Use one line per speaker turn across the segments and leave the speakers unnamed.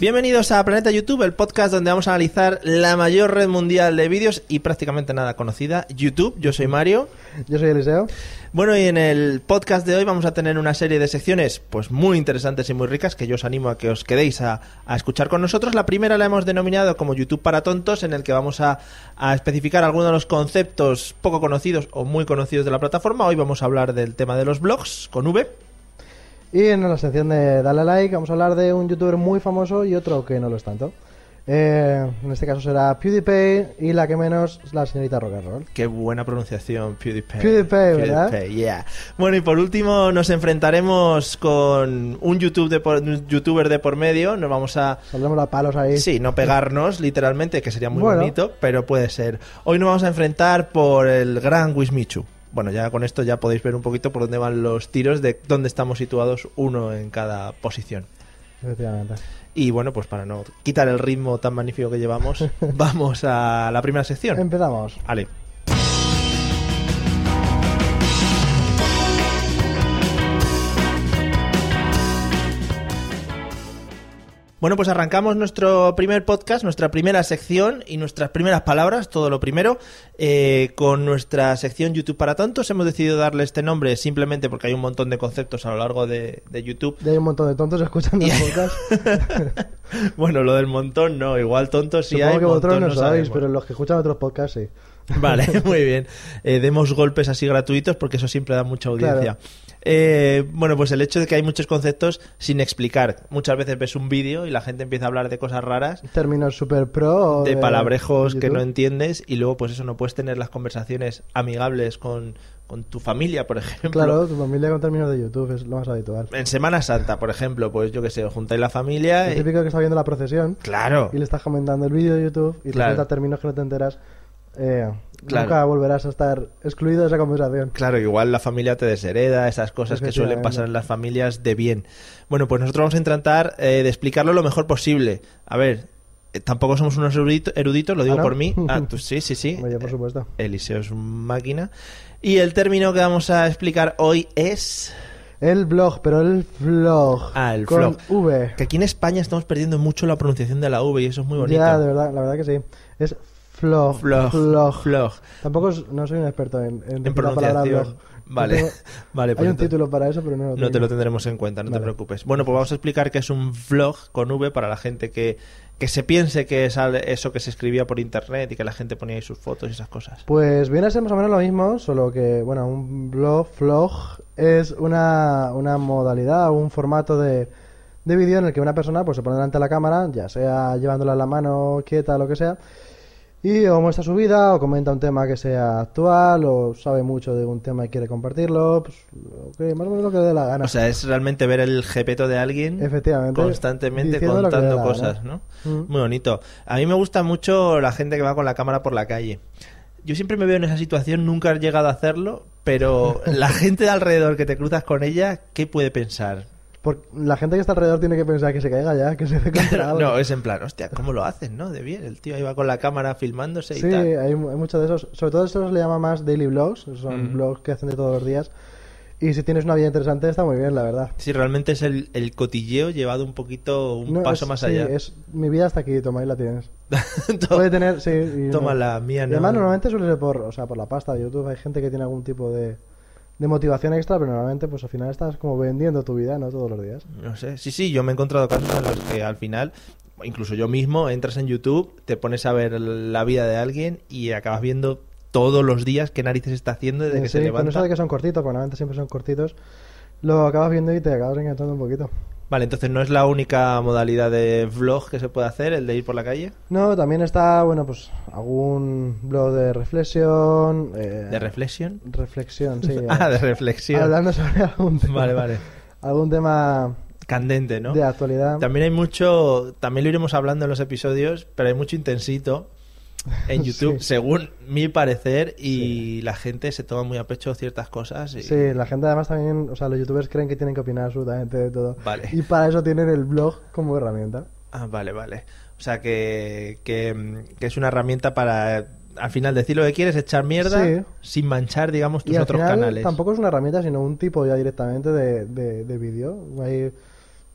Bienvenidos a Planeta YouTube, el podcast donde vamos a analizar la mayor red mundial de vídeos y prácticamente nada conocida, YouTube. Yo soy Mario.
Yo soy Eliseo.
Bueno, y en el podcast de hoy vamos a tener una serie de secciones pues muy interesantes y muy ricas que yo os animo a que os quedéis a, a escuchar con nosotros. La primera la hemos denominado como YouTube para tontos, en el que vamos a, a especificar algunos de los conceptos poco conocidos o muy conocidos de la plataforma. Hoy vamos a hablar del tema de los blogs con V.
Y en la sección de Dale a Like vamos a hablar de un youtuber muy famoso y otro que no lo es tanto. Eh, en este caso será PewDiePie y la que menos, la señorita Rock and Roll.
Qué buena pronunciación, PewDiePie.
PewDiePie, ¿verdad?
PewDiePie, yeah. Bueno, y por último nos enfrentaremos con un, YouTube de por- un youtuber de por medio. Nos vamos a...
Saldremos a palos ahí.
Sí, no pegarnos, literalmente, que sería muy
Bueno.
bonito, pero puede ser. Hoy nos vamos a enfrentar por el gran Wismichu. Bueno, ya con esto ya podéis ver un poquito por dónde van los tiros, de dónde estamos situados uno en cada posición.
Efectivamente.
Y bueno, pues para no quitar el ritmo tan magnífico que llevamos, vamos a la primera sección.
Empezamos.
Ale. Bueno, pues arrancamos nuestro primer podcast, nuestra primera sección y nuestras primeras palabras, todo lo primero, eh, con nuestra sección YouTube para tontos. Hemos decidido darle este nombre simplemente porque hay un montón de conceptos a lo largo de, de YouTube
Ya hay un montón de tontos escuchando el podcast.
bueno, lo del montón no, igual tontos sí
Supongo
hay.
que vosotros
montón
no,
no
sabéis,
sabemos.
pero los que escuchan otros podcasts sí.
Vale, muy bien. Eh, demos golpes así gratuitos porque eso siempre da mucha audiencia.
Claro.
Eh, bueno, pues el hecho de que hay muchos conceptos sin explicar. Muchas veces ves un vídeo y la gente empieza a hablar de cosas raras,
Términos super pro. o
de palabrejos que no
YouTube.
entiendes y luego pues eso no puedes tener las conversaciones amigables con, con tu familia, por ejemplo.
Claro, tu familia con términos de YouTube es lo más habitual.
En Semana Santa, por ejemplo, pues yo qué sé, os juntáis la familia y...
El típico que está viendo la procesión
Claro.
y le estás comentando el vídeo de YouTube y te
Claro.
suelta términos que no te enteras. eh,
Claro.
Nunca volverás a estar excluido de esa conversación.
Claro, igual la familia te deshereda, esas cosas que suelen pasar en las familias de bien. Bueno, pues nosotros vamos a intentar eh, de explicarlo lo mejor posible. A ver, eh, tampoco somos unos erudito- eruditos, lo digo
no?
por mí. Ah, tú sí, sí, sí.
Hombre, yo, por supuesto.
Eliseo es un máquina. Y el término que vamos a explicar hoy es...
El blog, pero el vlog.
Ah, el
con
vlog.
V.
Que aquí en España estamos perdiendo mucho la pronunciación de la V y eso es muy bonito.
Ya, de verdad, la verdad que sí. Es flog.
Flog,
flog.
flog.
Tampoco es- no soy un experto en, en
En
decir la palabra
pronunciación.
blog.
Vale,
Tengo-
vale. pues
Hay un
entonces-
título para eso, pero no lo tengo.
No te lo tendremos en cuenta, no te
Vale.
preocupes. Bueno, pues vamos a explicar que es un vlog con V para la gente que, que se piense que es al- eso que se escribía por internet y que la gente ponía ahí sus fotos y esas cosas.
Pues viene a ser más o menos lo mismo, solo que, bueno, un blog, vlog, es una, una modalidad, un formato de, de vídeo en el que una persona pues se pone delante de la cámara, ya sea llevándola en la mano, quieta, lo que sea, y o muestra su vida, o comenta un tema que sea actual, o sabe mucho de un tema y quiere compartirlo, pues lo que- más o menos lo que le dé la gana.
O sea, es realmente ver el jepeto de alguien
Efectivamente,
constantemente
diciendo lo que le da
contando
la
cosas,
gana.
¿no?
Mm.
Muy bonito. A mí me gusta mucho la gente que va con la cámara por la calle. Yo siempre me veo en esa situación, nunca he llegado a hacerlo, pero la gente de alrededor que te cruzas con ella, ¿qué puede pensar?
Por- la gente que está alrededor tiene que pensar que se caiga ya, que se dé contra algo.
No, es en plan, hostia, ¿cómo lo hacen, no? De bien, el tío ahí va con la cámara filmándose y
Sí, eh. hay,
tal.
hay muchos de esos. Sobre todo esos le llama más daily blogs. Son
Mm.
blogs que hacen de todos los días. Y si tienes una vida interesante, está muy bien, la verdad.
Sí, realmente es el, el cotilleo llevado un poquito, un
No,
paso
es-
más
sí,
allá.
es mi vida hasta aquí, toma, ahí la tienes.
To-
Puede tener, sí. y
Toma la mía,
Y
no.
Además, normalmente suele ser por, o sea, por la pasta de YouTube. Hay gente que tiene algún tipo de, de motivación extra, pero normalmente, pues al final estás como vendiendo tu vida, ¿no? Todos los días.
No sé, sí, sí, yo me he encontrado casos en los que al final, incluso yo mismo, entras en YouTube, te pones a ver la vida de alguien y acabas viendo todos los días qué narices está haciendo desde
Eh,
que
sí,
se
con
levanta.
eso de que son cortitos, porque normalmente siempre son cortitos. lo acabas viendo y te acabas enganchando un poquito.
Vale, entonces no es la única modalidad de vlog que se puede hacer, el de ir por la calle.
No, también está, bueno, pues algún blog de reflexión. eh,
¿De reflexión?
reflexión, sí. eh.
Ah, de reflexión.
Hablando sobre algún tema.
Vale, vale.
Algún tema
Candente, ¿no?
de actualidad.
También hay mucho, también lo iremos hablando en los episodios, pero hay mucho intensito en YouTube,
Sí.
según mi parecer, y la gente se toma muy a pecho ciertas cosas. Y...
Sí, la gente además también, o sea, los youtubers creen que tienen que opinar absolutamente de todo.
Vale.
Y para eso tienen el blog como herramienta.
Ah, vale, vale. O sea, que, que, mm, que es una herramienta para, eh, al final, decir lo que quieres, echar mierda,
Sí.
sin manchar, digamos, tus
y al
otros
final,
canales.
Tampoco es una herramienta, sino un tipo ya directamente de, de, de vídeo. Hay-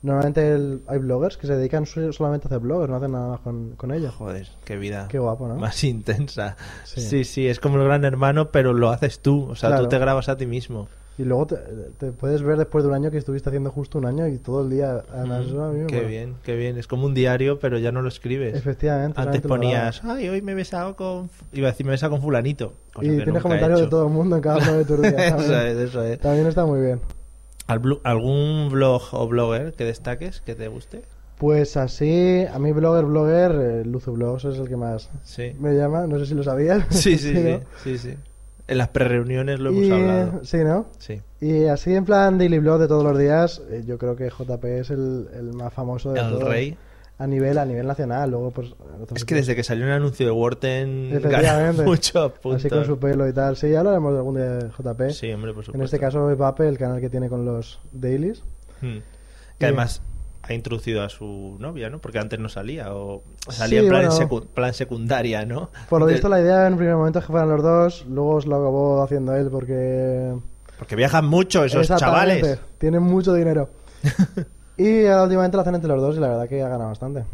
Normalmente el- hay bloggers que se dedican su- solamente a hacer blogs, no hacen nada más con, con ellos.
Joder, qué vida.
Qué guapo, ¿no?
Más intensa. Sí.
Sí.
sí, es como el gran hermano, pero lo haces tú. O sea, tú
Claro.
te grabas a ti mismo.
Y luego te, te puedes ver después de un año que estuviste haciendo justo un año y todo el día. además, eso a mí me
Mm, Qué
mola.
bien, qué bien. Es como un diario, pero ya no lo escribes.
Efectivamente.
Antes
solamente lo grabas.
ponías, ay, hoy me he besado con. Iba a decir, me he besado con Fulanito. cosa que
Y
nunca he
tienes comentarios de
hecho.
todo el mundo en cada uno de tus días.
eso
también.
es, eso es.
También está muy bien.
¿Al blu- ¿Algún blog o blogger que destaques, que te guste?
Pues así, a mí blogger, blogger, eh, Luzu Blogs es el que más
Sí.
me llama. No sé si lo sabías.
Sí, sí, sí,
¿no?
sí, sí. En las prereuniones lo hemos
Y-
hablado.
Sí, ¿no?
Sí.
Y así en plan daily blog de todos los días, eh, yo creo que JP es el, el más famoso de
El
todos.
rey.
A nivel, a nivel nacional, luego pues...
Es que desde que salió un anuncio de Wharton ganó
Efectivamente.
muchos puntos.
Así con su pelo y tal. Sí, hablaremos de algún día de JP.
Sí, hombre, por supuesto.
en este caso es Vape, el canal que tiene con los dailies.
Hmm. Que además ha introducido a su novia, ¿no? Porque antes no salía. O salía
Sí,
en plan, en
bueno.
secu- plan secundaria, ¿no?
Por lo
De-
visto la idea en un primer momento es que fueran los dos, luego os lo acabó haciendo él porque...
Porque viajan mucho Pues esos
Exactamente,
chavales.
Tienen mucho dinero. y ahora últimamente lo hacen entre los dos y la verdad que ha ganado bastante.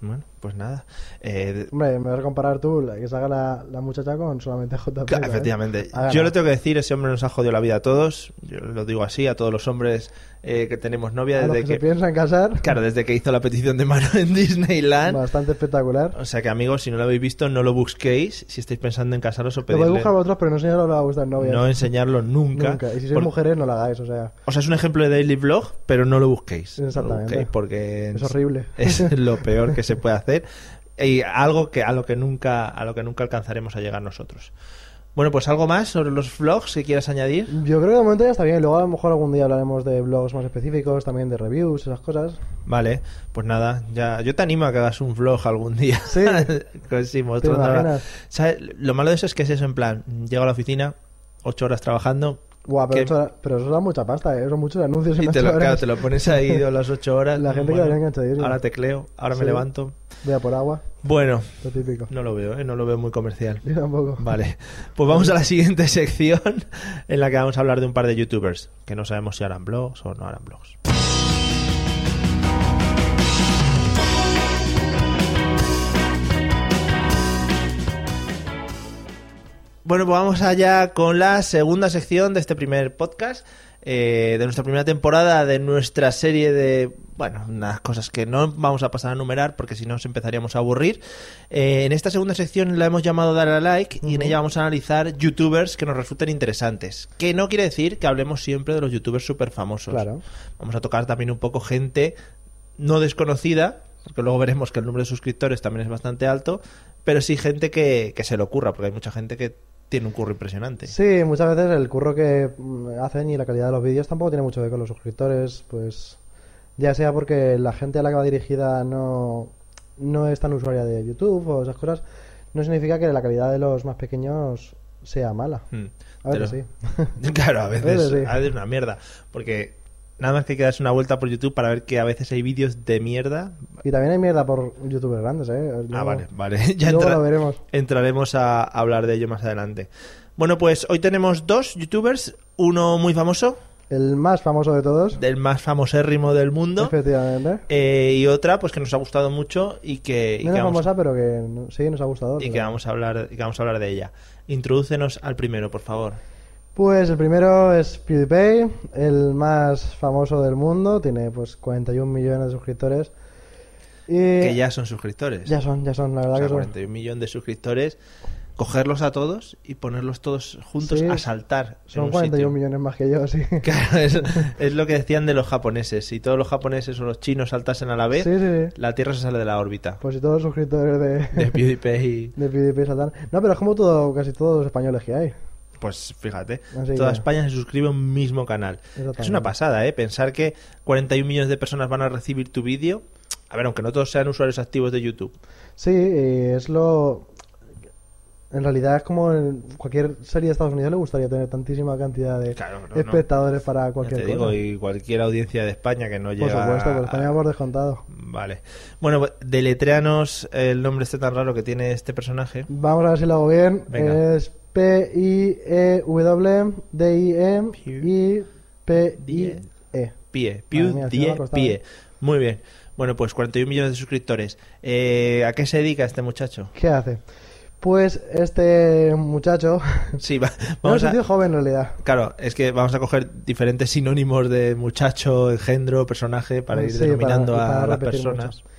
Bueno, pues nada. Eh,
Hombre, me vas a comparar tú, la que salga la, la muchacha con solamente JP.
Claro,
¿sabes?
Efectivamente.
¿eh? Ha ganado.
Yo lo tengo que decir, ese hombre nos ha jodido la vida a todos. Yo lo digo así, a todos los hombres eh, que tenemos novia,
A los
desde
que,
que,
se piensan casar.
claro, desde que hizo la petición de mano en Disneyland.
Bastante espectacular.
O sea que amigos, si no lo habéis visto, no lo busquéis. Si estáis pensando en casaros o
Lo podéis
pedirle,
buscar vosotros, pero no sé si os va a gustar novias.
no enseñarlo nunca.
Nunca. Y si sois
Por-
mujeres, no la hagáis, o sea,
O sea, es un ejemplo de daily vlog, pero no lo busquéis. No lo
Exactamente.
busquéis porque
es horrible.
es lo peor que se puede hacer y algo que a lo que nunca a lo que nunca alcanzaremos a llegar nosotros. Bueno, pues algo más sobre los vlogs que quieras añadir.
Yo creo que de momento ya está bien. Luego a lo mejor algún día hablaremos de blogs más específicos, también de reviews, esas cosas.
Vale, pues nada, ya yo te animo a que hagas un vlog algún día.
Sí.
Pues sí,
¿Te
mostrando la-
imaginas?
¿Sabes? Lo malo de eso es que es eso en plan, llego a la oficina, ocho horas trabajando
Guau, pero,
Que-
ocho horas- pero eso da mucha pasta, ¿eh? Son muchos anuncios en
y te
ocho
lo, claro,
horas.
te lo pones ahí a las ocho horas.
La gente quedaría enganchadísima.
Ahora tecleo, ahora me
Sí.
levanto.
Voy a por agua,
Bueno,
lo típico.
no lo veo, ¿eh? no lo veo muy comercial.
Yo tampoco.
Vale, pues vamos a la siguiente sección en la que vamos a hablar de un par de youtubers que no sabemos si harán blogs o no harán blogs. Bueno, pues vamos allá con la segunda sección de este primer podcast, eh, de nuestra primera temporada, de nuestra serie de, bueno, unas cosas que no vamos a pasar a enumerar porque si no nos empezaríamos a aburrir. Eh, en esta segunda sección la hemos llamado Dar a Like y en ella vamos a analizar youtubers que nos resulten interesantes. Que no quiere decir que hablemos siempre de los youtubers súper famosos.
Claro.
Vamos a tocar también un poco gente no desconocida, porque luego veremos que el número de suscriptores también es bastante alto, pero sí gente que, que se le ocurra, porque hay mucha gente que tiene un curro impresionante.
Sí, muchas veces el curro que mm, hacen y la calidad de los vídeos tampoco tiene mucho que ver con los suscriptores, pues ya sea porque la gente a la que va dirigida no, no es tan usuaria de YouTube o esas cosas, no significa que la calidad de los más pequeños sea mala.
Hmm.
A
Te
ver,
lo-
sí.
Claro, a veces,
veces sí.
a veces una mierda. Porque nada más que hay que darse una vuelta por YouTube para ver que a veces hay vídeos de mierda.
Y también hay mierda por youtubers grandes, ¿eh?
ah,
Luego-
vale, vale. Ya
luego
entra-
lo veremos.
entraremos a hablar de ello más adelante. Bueno, pues hoy tenemos dos youtubers. Uno muy famoso,
El más famoso de todos,
del más famosérrimo del mundo.
efectivamente.
eh, y otra, pues que nos ha gustado mucho y que, y que
Menos
vamos,
famosa, pero que no- sí nos ha gustado.
y que
pero-
vamos a hablar, y que vamos a hablar de ella. Introdúcenos al primero, por favor.
Pues el primero es PewDiePie, el más famoso del mundo, tiene pues 41 millones de suscriptores. Y
que ya son suscriptores.
Eh, ya son, ya son, la
O
verdad
sea,
que son.
41 millones de suscriptores. cogerlos a todos y ponerlos todos juntos
Sí.
a saltar. en
Son
un
41
sitio.
millones más que yo, sí.
Claro, es, es lo que decían de los japoneses. Si todos los japoneses o los chinos saltasen a la vez,
Sí, sí, sí.
la Tierra se sale de la órbita.
Pues si todos los suscriptores de,
De PewDiePie y-
de PewDiePie saltan. No, pero es como todo, casi todos los españoles que hay.
Pues fíjate,
Así
toda
que-
España se suscribe a un mismo canal.
Exactamente.
Es una pasada, ¿eh? Pensar que 41 millones de personas van a recibir tu vídeo. A ver, aunque no todos sean usuarios activos de YouTube.
Sí, y es lo. En realidad es como en cualquier serie de Estados Unidos le gustaría tener tantísima cantidad de
Claro, no, no.
espectadores para
Ya
cualquier
te digo,
cosa.
y cualquier audiencia de España que no
Por
llega...
supuesto, pero
a-
también por descontado.
Vale. Bueno, pues, deletreanos el nombre este tan raro que tiene este personaje.
Vamos a ver si lo hago bien.
Venga.
Es E P-I-E-W-D-I-E y P-I-E.
Pie.
Madre
Piu,
mía, sí me va
die,
a costar,
pie.
¿eh?
Muy bien. Bueno, pues 41 millones de suscriptores. Eh, ¿A qué se dedica este muchacho?
¿Qué hace? Pues este muchacho.
Sí, va-
No,
vamos
es un
a...
tío joven en realidad.
Claro, es que vamos a coger diferentes sinónimos de muchacho, engendro, personaje para ir
Sí,
denominando
para- para
a las
repetir
personas.
muchos.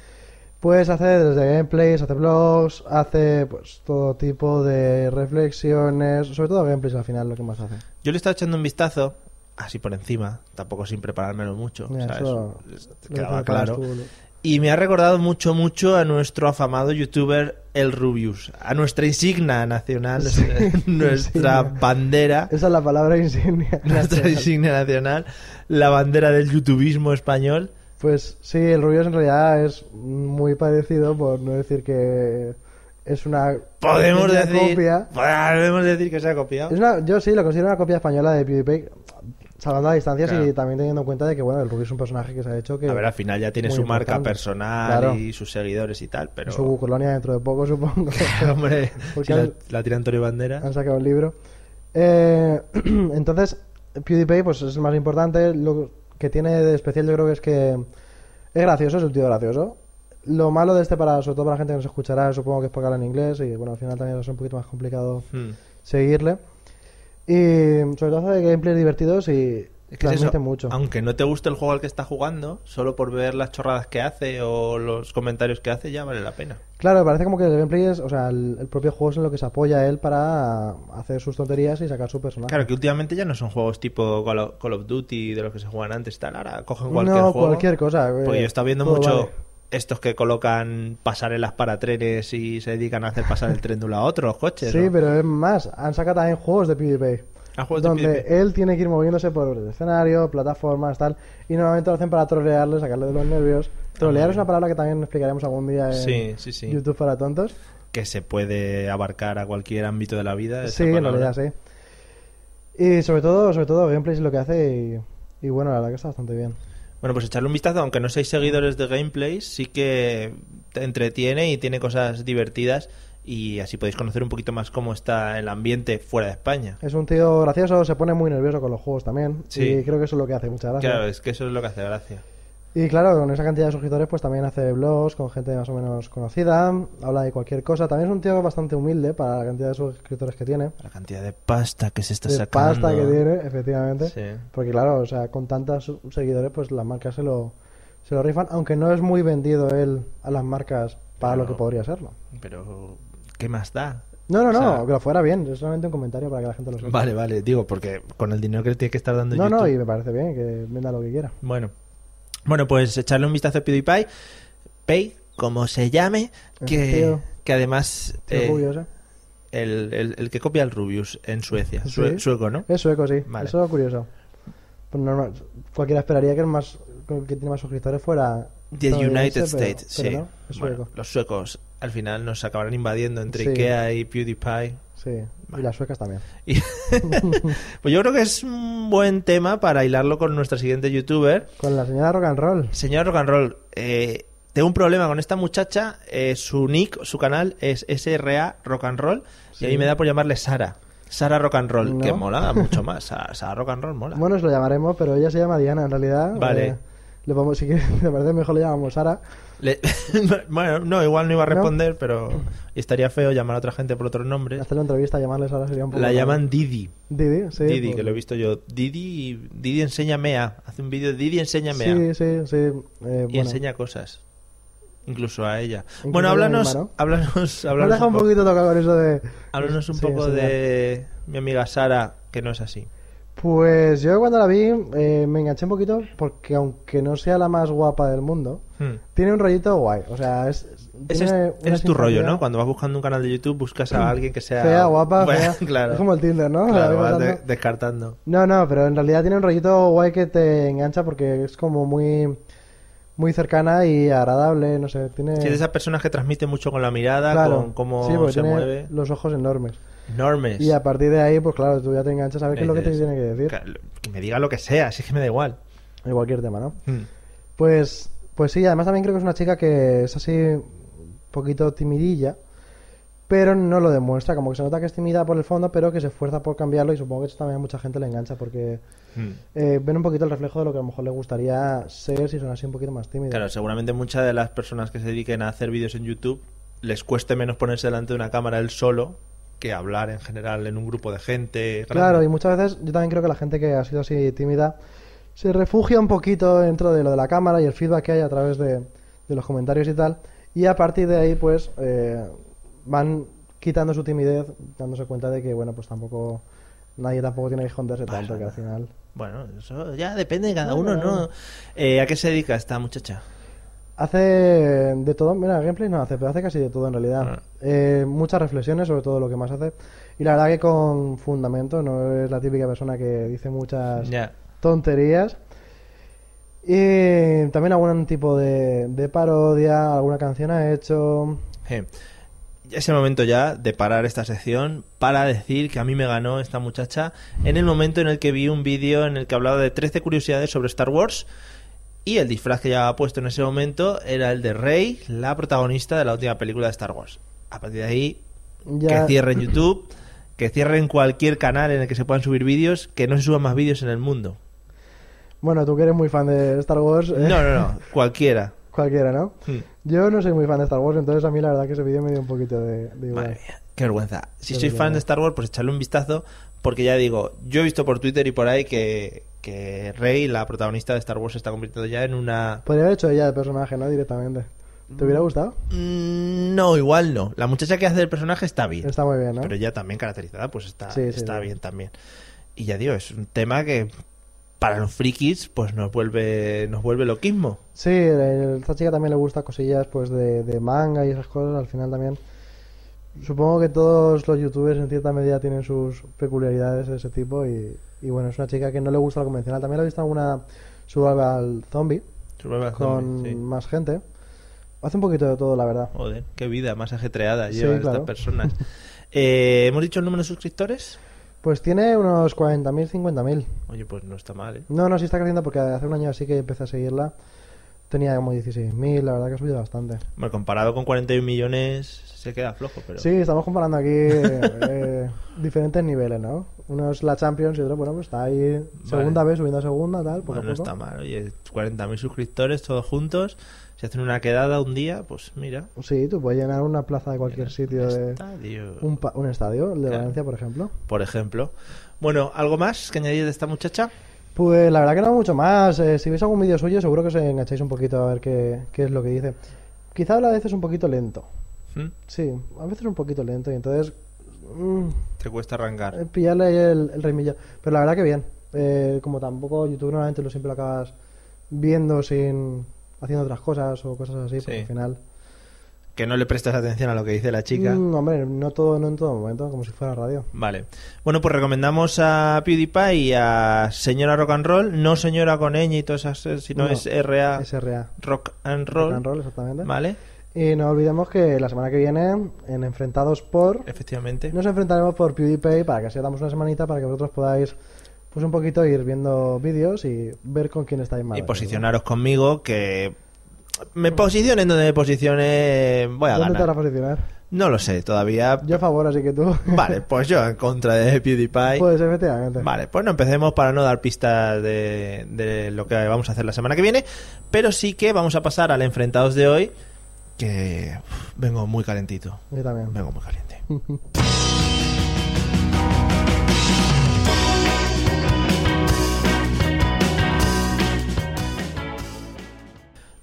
Pues hace desde gameplays, hace blogs, hace pues todo tipo de reflexiones, sobre todo gameplays al final lo que más hace.
Yo le estaba echando un vistazo, así por encima, tampoco sin preparármelo mucho,
Ya,
¿sabes?
eso-
Es-
Lo que
quedaba
te preparas
claro.
tú, lo-
Y me ha recordado mucho, mucho a nuestro afamado youtuber El Rubius, a nuestra insignia nacional,
Sí,
nuestra
insignia.
bandera,
Esa es la palabra insignia.
nuestra insignia nacional, la bandera del youtubismo español.
Pues sí, el Rubius en realidad es muy parecido, por no decir que es una
Podemos
pequeña
decir,
copia.
podemos decir que se ha copiado.
Es una- yo sí lo considero una copia española de PewDiePie, salvando las distancias
Claro.
y también teniendo en cuenta de que bueno, el Rubius es un personaje que se ha hecho que
A ver, al final ya tiene
Muy
su marca
importante.
personal
Claro.
y sus seguidores y tal, pero.
su colonia dentro de poco supongo.
Hombre,
Porque
si la,
al-
la tira Antonio Bandera.
Han sacado el libro. Eh, entonces, PewDiePie pues es el más importante. Lo que tiene de especial yo creo que es que es gracioso, es un tío gracioso. Lo malo de este, para, sobre todo para la gente que nos escuchará, supongo que es porque habla en inglés y bueno, al final también es un poquito más complicado
Hmm.
seguirle. Y sobre todo hace gameplays divertidos y
Es que es
transmite
eso,
mucho.
Aunque no te guste el juego al que está jugando, solo por ver las chorradas que hace o los comentarios que hace, ya vale la pena.
Claro, parece como que el gameplay es, o sea, el, el propio juego es en lo que se apoya él para hacer sus tonterías y sacar su personaje.
Claro, que últimamente ya no son juegos tipo Call of, Call of Duty de los que se juegan antes y tal. Ahora cogen cualquier
no,
juego.
cualquier cosa. eh,
Porque yo estaba viendo
todo
mucho
vale.
estos que colocan pasarelas para trenes y se dedican a hacer pasar el tren de uno a otro, los coches.
Sí,
¿no?
pero es más, han sacado también juegos de PvP.
A juegos de
Donde
PvP.
él tiene que ir moviéndose por el escenario, plataformas, tal. Y normalmente lo hacen para trolearle, sacarle de los nervios. Trolear
muy
es una
bien.
palabra que también explicaremos algún día
Ah,
en
Sí, sí, sí.
eh, YouTube para tontos.
que se puede abarcar a cualquier ámbito de la vida. esa
Sí, en
palabra.
realidad sí. Y sobre todo, sobre todo, gameplay es lo que hace y, y bueno, la verdad que está bastante bien.
Bueno, pues echarle un vistazo, aunque no seáis seguidores de gameplays, sí que te entretiene y tiene cosas divertidas y así podéis conocer un poquito más cómo está el ambiente fuera de España.
Es un tío gracioso, se pone muy nervioso con los juegos también.
Sí.
Y creo que eso es lo que hace, muchas gracias.
Claro, es que eso es lo que hace gracia.
Y claro, con esa cantidad de suscriptores, pues también hace blogs con gente más o menos conocida, habla de cualquier cosa. También es un tío bastante humilde para la cantidad de suscriptores que tiene,
La cantidad de pasta que se está
de
sacando.
pasta que tiene, efectivamente.
Sí.
Porque claro, o sea, con tantos seguidores, pues las marcas se lo, se lo rifan, aunque no es muy vendido él a las marcas para
No.
lo que podría serlo.
Pero, ¿qué más da?
No, no,
O
no,
sea-
que lo fuera bien, es solamente un comentario para que la gente lo sepa.
Vale, vale, digo, porque con el dinero que le tiene que estar dando
Pues No, no,
YouTube.
y me parece bien que venda lo que quiera.
Bueno. Bueno, pues echarle un vistazo a PewDiePie. Pay, como se llame, que,
Tío.
que además...
Tío
eh,
Rubius, ¿eh?
El, el- el que copia el Rubius en Suecia. Sue-
Sí. Eh,
Sueco, ¿no?
Es sueco, sí.
Vale.
Eso es curioso. Pues normal, cualquiera esperaría que el más el que tiene más suscriptores fuera
The United
estadounidense, pero-
States,
pero
sí.
no, es
Bueno,
sueco.
los suecos al final nos acabarán invadiendo entre
Sí.
Ikea y PewDiePie.
Sí,
Vale.
y las suecas también.
Y- pues yo creo que es un buen tema para hilarlo con nuestra siguiente youtuber.
Con la señora rock and roll.
Señor Rock and Roll, eh, tengo un problema con esta muchacha. eh, su nick, su canal es SRA Rock and Roll.
Sí.
Y a mí me da por llamarle Sara. Sara Rock and Roll,
No.
que mola mucho más. Sara, Sara Rock and Roll mola.
Bueno, se lo llamaremos, pero ella se llama Diana en realidad.
Vale.
Eh, le podemos, si quieres, te parece mejor le llamamos Sara.
Le- bueno, no, igual no iba a
¿No?
responder, pero estaría feo llamar a otra gente por otros nombres.
Hacer la entrevista, llamarle Sara sería un poco.
La llaman Didi.
Didi, sí.
Didi,
pues-
que lo he visto yo. Didi, y- Didi enséñame a. Hace un vídeo Didi enséñame a.
Sí, sí, sí. eh,
Y
bueno,
enseña cosas. Incluso a ella.
Incluso
bueno,
a mi
háblanos,
hermano.
háblanos,
Me has
háblanos
dejado un
poco-
poquito tocado con eso de...
háblanos un
Sí,
poco
sí,
de mi amiga Sara, que no es así.
Pues yo cuando la vi eh, me enganché un poquito porque aunque no sea la más guapa del mundo,
Hmm.
tiene un rollito guay. O sea, es... es-
Ese es,
tiene
ese
una
es tu rollo,
simpatía Mm.
¿no? Cuando vas buscando un canal de YouTube buscas a alguien que sea...
Fea, guapa,
Bueno,
fea.
Claro,
Es como el Tinder, ¿no? Eh. O sea,
claro,
voy
vas de-
pasando-
descartando.
No, no, pero en realidad tiene un rollito guay que te engancha porque es como muy muy cercana y agradable, no sé, tiene
Sí, de esas personas que transmiten mucho con la mirada, con cómo
Sí, porque
se
tiene
mueve.
los ojos enormes.
Enormes.
Y a partir de ahí, pues claro, tú ya te enganchas a ver qué es lo que te
Dices,
tiene que decir
"Claro, Que me diga lo que sea, si es que me da igual.
en cualquier tema, ¿no?
Hmm.
Pues pues sí, además también creo que es una chica que es así un poquito timidilla, pero no lo demuestra, como que se nota que es tímida por el fondo, pero que se esfuerza por cambiarlo y supongo que eso también a mucha gente le engancha porque
Hmm.
eh, ven un poquito el reflejo de lo que a lo mejor le gustaría ser si son así un poquito más tímidos.
Claro, seguramente muchas de las personas que se dediquen a hacer vídeos en YouTube les cueste menos ponerse delante de una cámara él solo que hablar en general en un grupo de gente.
Claro, y
grande.
muchas veces yo también creo que la gente que ha sido así tímida se refugia un poquito dentro de lo de la cámara y el feedback que hay a través de, de los comentarios y tal. Y a partir de ahí, pues, eh, van quitando su timidez, dándose cuenta de que, bueno, pues tampoco nadie tampoco tiene que esconderse tanto, que al final...
Bueno, eso ya depende de cada
Bueno,
uno, ¿no?
bueno.
Eh, ¿A qué se dedica esta muchacha?
Hace de todo, mira, gameplay no hace, pero hace casi de todo en realidad.
Ah.
Eh, muchas reflexiones sobre todo lo que más hace. Y la verdad que con fundamento, no es la típica persona que dice muchas...
Ya.
tonterías. Y también algún tipo de, de parodia, alguna canción ha hecho.
Eh, Es el momento ya de parar esta sección para decir que a mí me ganó esta muchacha en el momento en el que vi un vídeo en el que hablaba de 13 curiosidades sobre Star Wars y el disfraz que llevaba puesto en ese momento era el de Rey, la protagonista de la última película de Star Wars. A partir de ahí,
Ya,
que cierren YouTube, que cierren cualquier canal en el que se puedan subir vídeos, que no se suban más vídeos en el mundo.
Bueno, tú que eres muy fan de Star Wars, eh,
No, no, no, cualquiera.
cualquiera, ¿no?
Hmm.
Yo no soy muy fan de Star Wars, entonces a mí la verdad que ese vídeo me dio un poquito de, de igual.
Madre mía, qué vergüenza. Si
Qué
sois fan
vergüenza.
de Star Wars, pues echarle un vistazo, porque ya digo, yo he visto por Twitter y por ahí que, que Rey, la protagonista de Star Wars, se está convirtiendo ya en una...
Podría haber hecho ella de personaje, ¿no? Directamente. ¿Te hubiera gustado?
Mm, No, igual no. La muchacha que hace el personaje está bien,
Está muy bien, ¿no?
pero ya también caracterizada, pues está,
Sí, sí,
está
sí.
bien también. Y ya digo, es un tema que para los frikis, pues nos vuelve, nos vuelve loquismo.
Sí, el- esta chica también le gusta cosillas pues de, de manga y esas cosas, al final también. Supongo que todos los youtubers en cierta medida tienen sus peculiaridades de ese tipo y, y bueno, es una chica que no le gusta lo convencional. También la he visto en alguna suba al zombie
Se vuelve
con
zombie, sí.
más gente. Hace un poquito de todo, la verdad.
Joder, qué vida más ajetreada
Sí,
llevan
claro.
estas personas. Eh, ¿Hemos dicho el número de suscriptores?
Pues tiene unos 40.000, 50.000.
Oye, pues no está mal, ¿eh?
No, no, sí está creciendo porque hace un año así que empecé a seguirla. Tenía como 16.000, la verdad que ha subido bastante.
Bueno, comparado con 41 millones, se queda flojo, pero.
Sí, estamos comparando aquí eh, diferentes niveles, ¿no? Uno es la Champions y otro, bueno, pues está ahí segunda vez, subiendo a segunda, tal, poco
Bueno,
a
no
poco.
está mal. Oye, 40.000 suscriptores todos juntos. Si hacen una quedada un día, pues mira.
Sí, tú puedes llenar una plaza de cualquier sitio, de
estadio,
un, pa- un estadio, el de
Claro.
Valencia, por ejemplo.
Por ejemplo. Bueno, ¿algo más que añadir de esta muchacha?
Pues la verdad que no mucho más. eh, si veis algún vídeo suyo, seguro que os engancháis un poquito a ver qué, qué es lo que dice. Quizá habla a veces un poquito lento.
¿Mm?
Sí, a veces un poquito lento y entonces mm,
Te cuesta
Eh,
arrancar.
pillarle ahí el, el ritmillo. Pero la verdad que bien. Eh, como tampoco YouTube normalmente lo siempre lo acabas viendo sin haciendo otras cosas o cosas así,
Sí.
pues al final.
Que no le prestas atención a lo que dice la chica.
Mm, hombre, no todo, no en todo momento, como si fuera radio.
Vale. Bueno, pues recomendamos a PewDiePie y a Señora Rock and Roll. No Señora con ñ y todas esas, sino
No,
es RA
SRA.
Rock and
Rock
Ah. Roll.
and roll, ¿eh? exactamente.
Vale,
Y no olvidemos que la semana que viene, en Enfrentados por,
efectivamente.
nos enfrentaremos por PewDiePie para que así os damos una semanita para que vosotros podáis, pues un poquito ir viendo vídeos y ver con quién estáis más.
y
de acuerdo.
posicionaros conmigo que me posicione en donde me posicione voy a
¿Dónde te vas a
ganar
posicionar?
no lo sé todavía
Yo a favor, así que tú.
vale pues yo en contra de PewDiePie
Pues efectivamente.
vale pues no empecemos para no dar pistas de, de lo que vamos a hacer la semana que viene pero sí que vamos a pasar al enfrentados de hoy que uf, vengo muy calentito
Yo también.
vengo muy caliente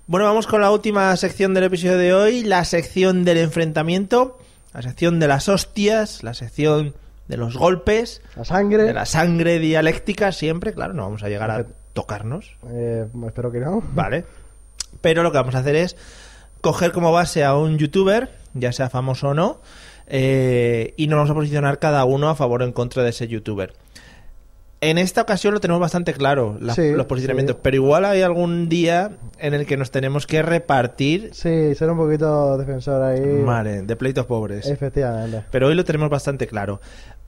Bueno, vamos con la última sección del episodio de hoy, la sección del enfrentamiento, la sección de las hostias, la sección de los golpes,
La sangre.
de la sangre dialéctica siempre, claro, no vamos a llegar a tocarnos,
eh, espero que no.
¿vale? Pero lo que vamos a hacer es coger como base a un youtuber, ya sea famoso o no, eh, y nos vamos a posicionar cada uno a favor o en contra de ese youtuber. En esta ocasión lo tenemos bastante claro, la-
Sí,
los posicionamientos,
sí.
pero igual hay algún día en el que nos tenemos que repartir
Sí, ser un poquito defensor ahí.
Vale, de pleitos pobres.
Efectivamente.
Pero hoy lo tenemos bastante claro.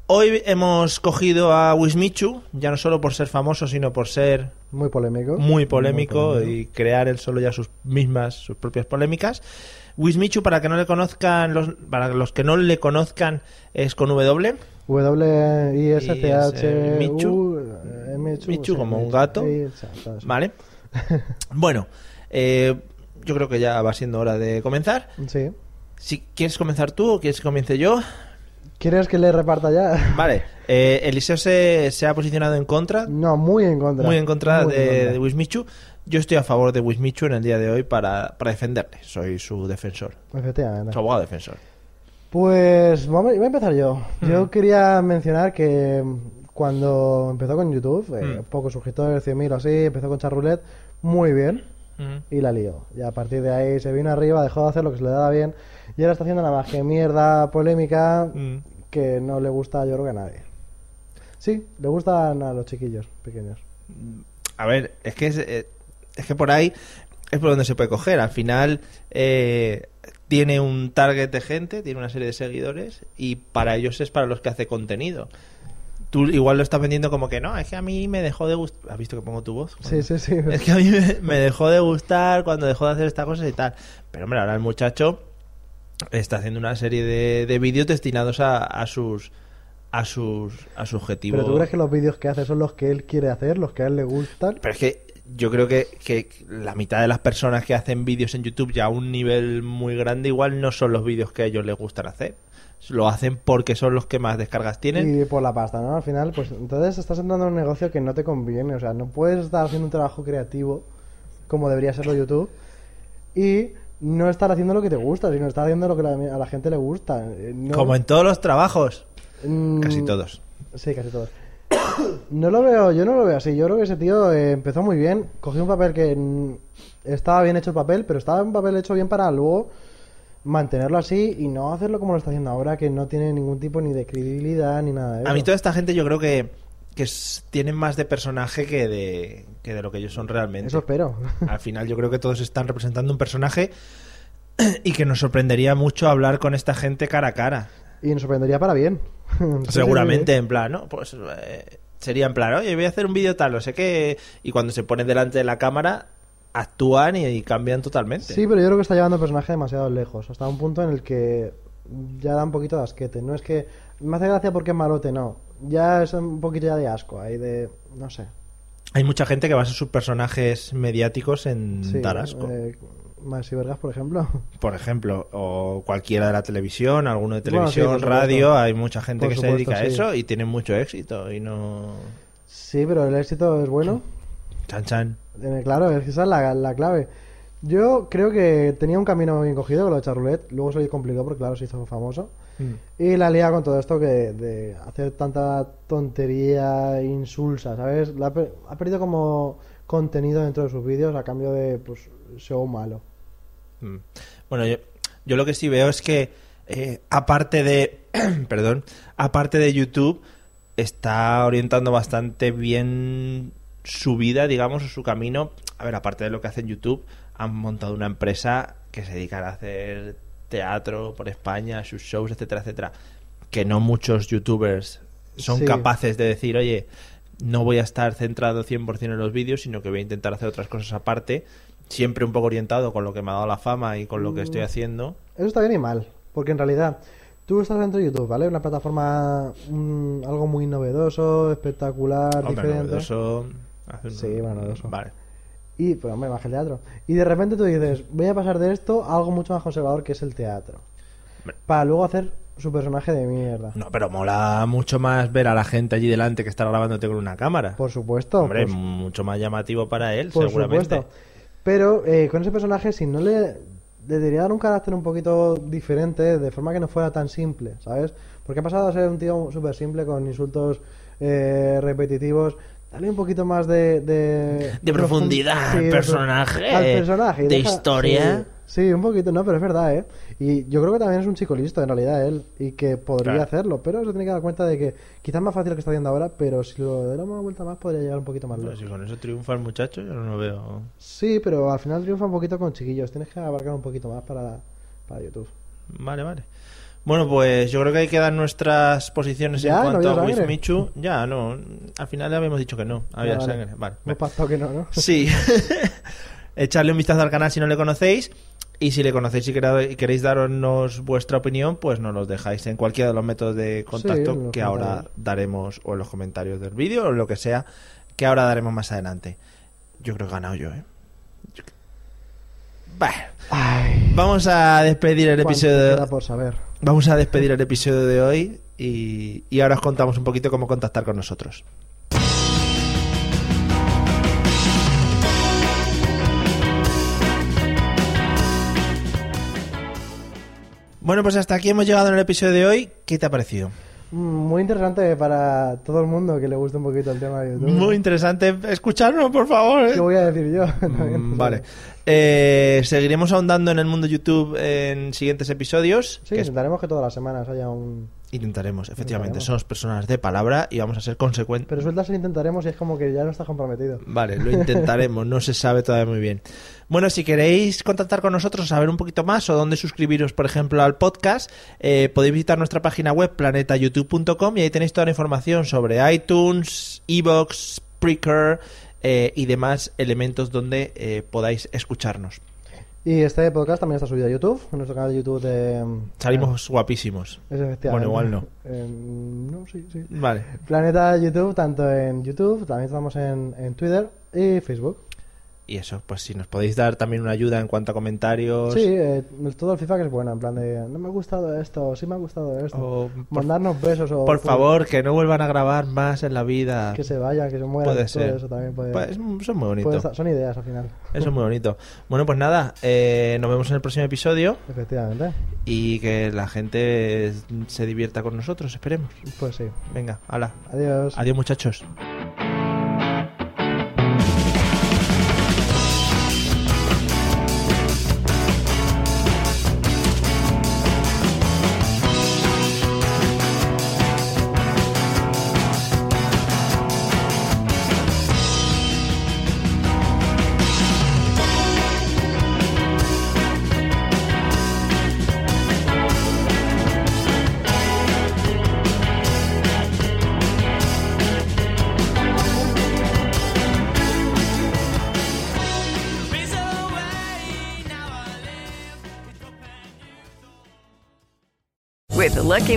Hoy hemos cogido a Wismichu, ya no solo por ser famoso, sino por ser
Muy polémico.
muy polémico
Muy polémico.
y crear él solo ya sus mismas, sus propias polémicas. Wismichu, para que no le conozcan, los, para los que no le conozcan, es con W.
W I S T H
Y es, eh, Michu.
U eh, Michu,
Michu
sí,
como un gato.
Sí, exacto, sí.
Vale. Bueno, eh, yo creo que ya va siendo hora de comenzar.
Sí.
Si quieres comenzar tú o quieres que comience yo,
¿Quieres que le reparta ya?
vale. Eh, Eliseo se, se ha posicionado en contra.
No, muy en contra.
Muy en contra
Muy en
de,
contra.
de Wismichu. Yo estoy a favor de Wismichu en el día de hoy para, para defenderle. Soy su defensor.
Efectivamente.
Su abogado defensor.
Pues vamos, voy a empezar yo.
Mm.
Yo quería mencionar que cuando empezó con YouTube, eh,
Mm.
pocos suscriptores, 100.000 o así, empezó con Charroulette, muy bien,
Mm.
y la lió. Y a partir de ahí se vino arriba, dejó de hacer lo que se le daba bien, y ahora está haciendo nada más que mierda polémica
Mm.
que no le gusta, yo creo que a nadie. Sí, le gustan a los chiquillos pequeños.
A ver, es que, es, eh, es que por ahí es por donde se puede coger. Al final eh, tiene un target de gente, tiene una serie de seguidores y para ellos es para los que hace contenido. Tú igual lo estás vendiendo como que no, es que a mí me dejó de gustar. ¿Has visto que pongo tu voz?
Sí, sí, sí.
Es que a mí me, me dejó de gustar cuando dejó de hacer estas cosas y tal. Pero hombre, ahora el muchacho está haciendo una serie de, de vídeos destinados a, a sus a sus a su objetivo.
Pero tú crees que los vídeos que hace son los que él quiere hacer, los que a él le gustan.
Pero es que yo creo que, que la mitad de las personas que hacen vídeos en YouTube ya a un nivel muy grande igual no son los vídeos que a ellos les gustan hacer. Lo hacen porque son los que más descargas tienen.
Y por la pasta, ¿no? Al final, pues entonces estás entrando en un negocio que no te conviene. O sea, no puedes estar haciendo un trabajo creativo como debería serlo YouTube y no estar haciendo lo que te gusta, sino estar haciendo lo que la- a la gente le gusta. Eh, no-
Como en todos los trabajos.
Mm,
Casi todos.
Sí, casi todos. No lo veo, yo no lo veo así. Yo creo que ese tío eh, empezó muy bien, cogió un papel que mm, estaba bien hecho el papel, pero estaba un papel hecho bien para luego mantenerlo así y no hacerlo como lo está haciendo ahora, que no tiene ningún tipo ni de credibilidad ni nada de eso.
A mí toda esta gente yo creo que, que s- tienen más de personaje que de, que de lo que ellos son realmente.
Eso espero.
Al final yo creo que todos están representando un personaje y que nos sorprendería mucho hablar con esta gente cara a cara.
Y nos sorprendería para bien. Sí, sí,
Seguramente
sí,
en plan, ¿no? Pues eh, sería en plan, oye, voy a hacer un vídeo tal, no sé qué. Y cuando se ponen delante de la cámara, actúan y, y cambian
sí.
totalmente.
Sí, pero yo creo que está llevando el personaje demasiado lejos. Hasta un punto en el que ya da un poquito de asquete. No es que me hace gracia porque es malote, no. Ya es un poquito ya de asco. Ahí de. No sé.
Hay mucha gente que basa sus personajes mediáticos en
Sí,
Tarasco.
eh, Maxi Vergas, por ejemplo.
por ejemplo, o cualquiera de la televisión, alguno de
Bueno, sí,
televisión,
por supuesto.
radio, hay mucha gente
Por
que se
supuesto,
dedica a
sí.
eso y tiene mucho éxito y no
Sí, pero el éxito es bueno.
chan chan.
Eh, Claro, es que esa es la, la clave. Yo creo que tenía un camino bien cogido con lo de Charroulette. Luego se le complicó porque, claro, se hizo famoso. Y la lía con todo esto que de hacer tanta tontería insulsa, ¿sabes? La ha per- ha perdido como contenido dentro de sus vídeos a cambio de, pues, show malo.
Mm. Bueno, yo, yo lo que sí veo es que eh, aparte de perdón, aparte de YouTube está orientando bastante bien su vida, digamos, o su camino. A ver, aparte de lo que hace en YouTube, han montado una empresa que se dedica a hacer teatro por España, sus shows, etcétera, etcétera, que no muchos youtubers son
Sí.
capaces de decir, oye, no voy a estar centrado 100% en los vídeos, sino que voy a intentar hacer otras cosas aparte, siempre un poco orientado con lo que me ha dado la fama y con
Mm.
lo que estoy haciendo.
Eso está bien y mal, porque en realidad tú estás dentro de YouTube, ¿vale? Una plataforma, mm, algo muy novedoso, espectacular,
Hombre,
diferente.
novedoso, hace un-
Sí, bueno, novedoso.
Vale.
Y, pues hombre, baja el teatro. Y de repente tú dices, voy a pasar de esto a algo mucho más conservador que es el teatro.
Hombre.
Para luego hacer su personaje de mierda.
No, pero mola mucho más ver a la gente allí delante que estar grabándote con una cámara.
Por supuesto.
Hombre,
por
mucho más llamativo para él,
Por
seguramente.
supuesto. Pero eh, con ese personaje, si no le, le debería dar un carácter un poquito diferente, de forma que no fuera tan simple, ¿sabes? Porque ha pasado a ser un tío súper simple con insultos eh, repetitivos. Dale un poquito más de. De,
De profundidad al
de-
personaje,
Al personaje. y
de historia.
Sí, sí, un poquito, no, pero es verdad, ¿eh? Y yo creo que también es un chico listo, en realidad, él. Y que podría
Claro.
hacerlo, pero se tiene que dar cuenta de que quizás más fácil lo que está haciendo ahora, pero si lo diéramos una vuelta más, podría llegar un poquito
Pues
más
Pero
lejos.
si con eso triunfa el muchacho, yo no lo veo.
Sí, pero al final triunfa un poquito con chiquillos. Tienes que abarcar un poquito más para, para YouTube.
Vale, vale. Bueno, pues yo creo que hay que dar nuestras posiciones
Ya,
en
no
cuanto
había
a
sangre.
Wismichu. Ya, no. Al final habíamos dicho que no. Había
Ah, vale.
sangre. Vale.
Hemos pactado que no, ¿no?
Sí. Echarle un vistazo al canal si no le conocéis. Y si le conocéis y quera- y queréis darnos vuestra opinión, pues nos los dejáis en cualquiera de los métodos de contacto
en los
que ahora
comentarios.
daremos, o en los comentarios del vídeo, o lo que sea, que ahora daremos más adelante. Yo creo que he ganado yo, ¿eh? Yo cre- Bah. Vamos a despedir el
¿Cuánto
episodio.
queda por saber.
Vamos a despedir el episodio de hoy y, y ahora os contamos un poquito cómo contactar con nosotros. Bueno, pues hasta aquí hemos llegado en el episodio de hoy. ¿Qué te ha parecido?
Mm, Muy interesante para todo el mundo que le guste un poquito el tema de YouTube.
Muy interesante. Escucharnos, por favor. ¿eh?
¿Qué voy a decir yo? pues,
Mm, vale. Eh, seguiremos ahondando en el mundo YouTube en siguientes episodios.
Sí,
que es-
intentaremos que todas las semanas haya un...
Intentaremos, efectivamente.
Intentaremos.
Somos personas de palabra y vamos a ser consecuentes.
Pero sueltas el intentaremos y es como que ya no estás comprometido.
Vale, lo intentaremos, no se sabe todavía muy bien. Bueno, si queréis contactar con nosotros, saber un poquito más o dónde suscribiros, por ejemplo, al podcast, eh, podéis visitar nuestra página web planetayoutube.com y ahí tenéis toda la información sobre iTunes, Evox, Spreaker eh, y demás elementos donde eh, podáis escucharnos.
Y este podcast también está subido a YouTube, en nuestro canal de YouTube de...
Salimos guapísimos.
Es efectivamente.
Bueno, igual no.
Eh, no, sí, sí.
Vale.
Planeta YouTube, tanto en YouTube, también estamos en, en Twitter y Facebook.
Y eso, pues si nos podéis dar también una ayuda en cuanto a comentarios.
Sí, eh, todo el FIFA que es bueno, en plan de no me ha gustado esto, sí me ha gustado esto.
o Oh, por,
Mandarnos besos o. pues,
por favor, que no vuelvan a grabar más en la vida.
Que se vayan, que se mueran.
Puede
todo
ser.
Eso también puede,
Pues, mm, son muy
puede
bonitos.
estar-
Eso
Son ideas al final,
es muy bonito. Bueno, pues nada, eh, nos vemos en el próximo episodio
efectivamente.
y que la gente se divierta con nosotros, esperemos.
Pues sí.
Venga, hala.
Adiós.
Adiós muchachos.
With the Lucky